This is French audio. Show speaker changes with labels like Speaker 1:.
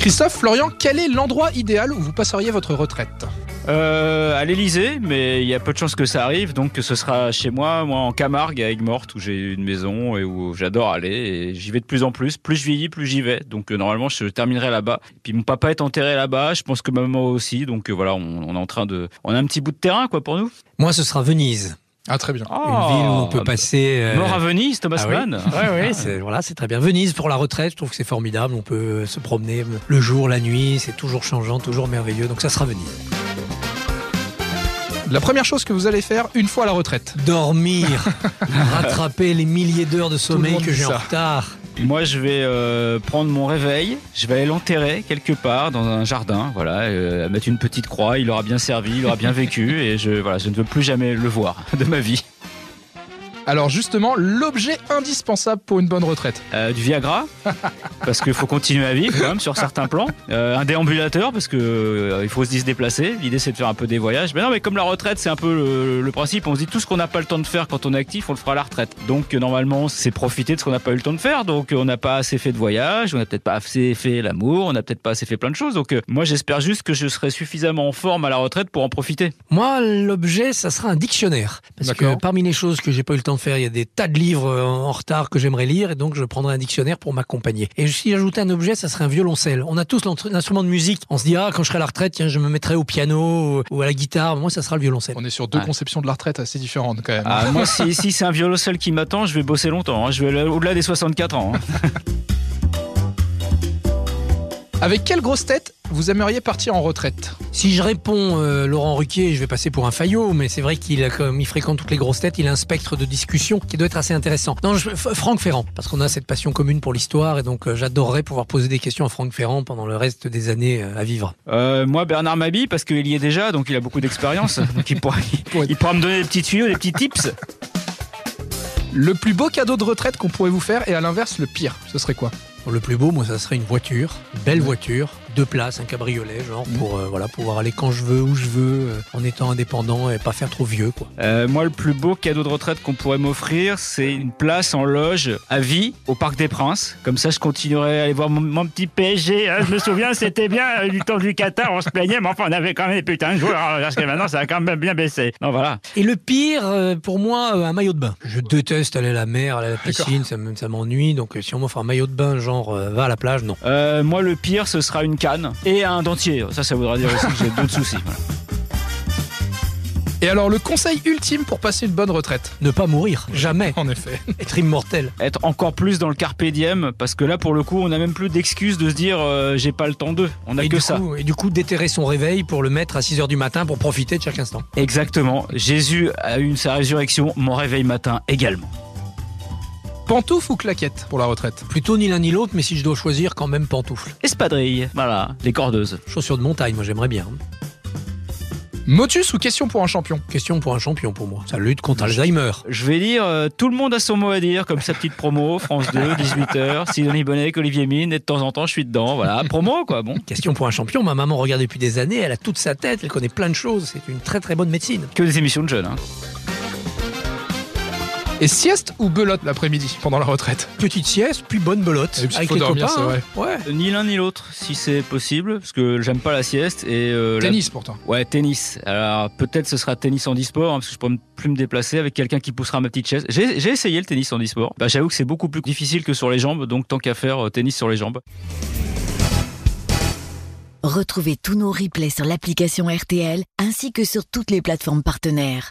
Speaker 1: Christophe, Florian, quel est l'endroit idéal où vous passeriez votre retraite
Speaker 2: Euh, à l'Elysée, mais il y a peu de chances que ça arrive, donc ce sera chez moi, moi en Camargue, à Aigues-Mortes, où j'ai une maison et où j'adore aller. Et j'y vais de plus en plus. Plus je vieillis, plus j'y vais. Donc euh, normalement, je terminerai là-bas. Et Puis mon papa est enterré là-bas. Je pense que ma maman aussi. Donc euh, voilà, on, on est en train de, on a un petit bout de terrain quoi pour nous.
Speaker 3: Moi, ce sera Venise,
Speaker 1: Ah, très bien.
Speaker 2: Ah,
Speaker 3: une ville où on
Speaker 1: Oh.
Speaker 3: peut
Speaker 2: bah,
Speaker 3: passer. euh,
Speaker 2: Mort à Venise, Thomas
Speaker 3: ah oui.
Speaker 2: Mann.
Speaker 3: Ouais, ouais, c'est voilà, c'est très bien. Venise pour la retraite, je trouve que c'est formidable. On peut se promener le jour, la nuit, c'est toujours changeant, toujours merveilleux. Donc ça sera Venise.
Speaker 1: La première chose que vous allez faire une fois à la retraite.
Speaker 3: Dormir, rattraper les milliers d'heures de sommeil
Speaker 1: monde
Speaker 3: que
Speaker 1: dit
Speaker 3: j'ai en
Speaker 1: ça.
Speaker 3: retard.
Speaker 2: Moi, je vais euh, prendre mon réveil, je vais aller l'enterrer quelque part dans un jardin, voilà, euh, mettre une petite croix, il aura bien servi, il aura bien vécu, et je, voilà, je ne veux plus jamais le voir de ma vie.
Speaker 1: Alors justement, l'objet indispensable pour une bonne retraite.
Speaker 2: Euh, du Viagra, parce qu'il faut continuer à vivre quand même sur certains plans. Euh, un déambulateur, parce que euh, il faut se se déplacer. L'idée, c'est de faire un peu des voyages. Mais non, mais comme la retraite, c'est un peu le, le principe. On se dit tout ce qu'on n'a pas le temps de faire quand on est actif, on le fera à la retraite. Donc euh, normalement, c'est profiter de ce qu'on n'a pas eu le temps de faire. Donc euh, on n'a pas assez fait de voyage, on n'a peut-être pas assez fait l'amour, on n'a peut-être pas assez fait plein de choses. Donc euh, moi, j'espère juste que je serai suffisamment en forme à la retraite pour en profiter.
Speaker 3: Moi, l'objet, ça sera un dictionnaire. Parce que
Speaker 1: D'accord.
Speaker 3: parmi les choses que j'ai pas eu le temps de faire, il y a des tas de livres euh, en retard que j'aimerais lire et donc je prendrai un dictionnaire pour m'accompagner. Et si j'ajoutais un objet, ça serait un violoncelle. On a tous l'entre- l'instrument de musique. On se dit, ah, quand je serai à la retraite, tiens, je me mettrai au piano ou à la guitare. Moi, ça sera le violoncelle.
Speaker 1: On est sur deux
Speaker 2: Ouais.
Speaker 1: conceptions de la retraite assez différentes quand même.
Speaker 2: Ah, moi, si, si c'est un violoncelle qui m'attend, je vais bosser longtemps. hein. Je vais aller au-delà des 64 ans. hein.
Speaker 1: Avec quelle grosse tête vous aimeriez partir en retraite
Speaker 3: Si je réponds euh, Laurent Ruquier, je vais passer pour un faillot, mais c'est vrai qu'il a comme il fréquente toutes les grosses têtes, il a un spectre de discussion qui doit être assez intéressant. Non, je, F- Franck Ferrand, parce qu'on a cette passion commune pour l'histoire et donc euh, j'adorerais pouvoir poser des questions à Franck Ferrand pendant le reste des années euh, à vivre.
Speaker 2: Euh, moi, Bernard Mabi, parce qu'il y est déjà, donc il a beaucoup d'expérience. donc il pourra, il, il pourra me donner des petits tuyaux, des petits tips.
Speaker 1: Le plus beau cadeau de retraite qu'on pourrait vous faire et à l'inverse le pire, ce serait quoi
Speaker 3: Le plus beau, moi, ça serait une voiture, une belle voiture, deux places, un cabriolet, genre pour euh, voilà pouvoir aller quand je veux, où je veux, euh, en étant indépendant et pas faire trop vieux, quoi.
Speaker 2: Euh, moi, le plus beau cadeau de retraite qu'on pourrait m'offrir, c'est une place en loge à vie au Parc des Princes. Comme ça, je continuerai à aller voir mon, mon petit PSG. hein. Je me souviens, c'était bien euh, du temps du Qatar, on se plaignait, mais enfin, on avait quand même des putains de joueurs. hein, Parce que maintenant, ça a quand même bien baissé. Non, voilà.
Speaker 3: Et le pire, euh, pour moi, euh, un maillot de bain. Je déteste aller à la mer, aller à la piscine, ça me- ça m'ennuie. Donc euh, si on m'offre un maillot de bain, genre euh, va à la plage, non.
Speaker 2: Euh, moi, le pire, ce sera une canne et un dentier. Ça, ça voudra dire aussi que j'ai d'autres soucis. voilà.
Speaker 1: Et alors le conseil ultime pour passer une bonne retraite
Speaker 3: Ne pas mourir, jamais.
Speaker 1: En effet.
Speaker 3: Être immortel.
Speaker 2: être encore plus dans le carpe diem parce que là pour le coup on n'a même plus d'excuses de se dire euh, j'ai pas le temps d'eux on a
Speaker 3: et,
Speaker 2: que
Speaker 3: du
Speaker 2: ça
Speaker 3: coup, et du coup, déterrer son réveil pour le mettre à 6 heures du matin pour profiter de chaque instant.
Speaker 2: exactement Jésus a eu sa résurrection mon réveil matin également
Speaker 1: Pantoufle ou claquette pour la retraite
Speaker 3: Plutôt ni l'un ni l'autre, mais si je dois choisir, quand même pantoufles.
Speaker 2: espadrille voilà les cordeuses
Speaker 3: Chaussures de montagne, moi j'aimerais bien.
Speaker 1: Motus ou question pour un champion
Speaker 3: Question pour un champion pour moi. Ça lutte contre Alzheimer.
Speaker 2: je vais lire euh, tout le monde a son mot à dire comme sa petite promo France 2 18h Sidonie Bonnet Olivier Mine et de temps en temps je suis dedans voilà promo quoi bon
Speaker 3: Question pour un champion, ma maman regarde depuis des années, elle a toute sa tête, elle connaît plein de choses, c'est une très très bonne médecine.
Speaker 2: que des émissions de jeunes hein.
Speaker 1: Et sieste ou belote l'après-midi pendant la retraite
Speaker 3: Petite sieste, puis bonne belote.
Speaker 1: Et puis,
Speaker 3: avec
Speaker 1: faut
Speaker 3: les
Speaker 1: dormir,
Speaker 3: copains.
Speaker 1: c'est
Speaker 3: hein. Ouais.
Speaker 2: ni l'un ni l'autre si c'est possible parce que j'aime pas la sieste et euh, la-
Speaker 1: Tennis pourtant.
Speaker 2: Ouais, tennis. Alors peut-être ce sera tennis en e-sport, hein, parce que je pourrais m- plus me déplacer avec quelqu'un qui poussera ma petite chaise. J'ai j'ai essayé le tennis en e-sport. Bah, J'avoue que c'est beaucoup plus difficile que sur les jambes, donc tant qu'à faire euh, tennis sur les jambes.
Speaker 4: Retrouvez tous nos replays sur l'application RTL ainsi que sur toutes les plateformes partenaires.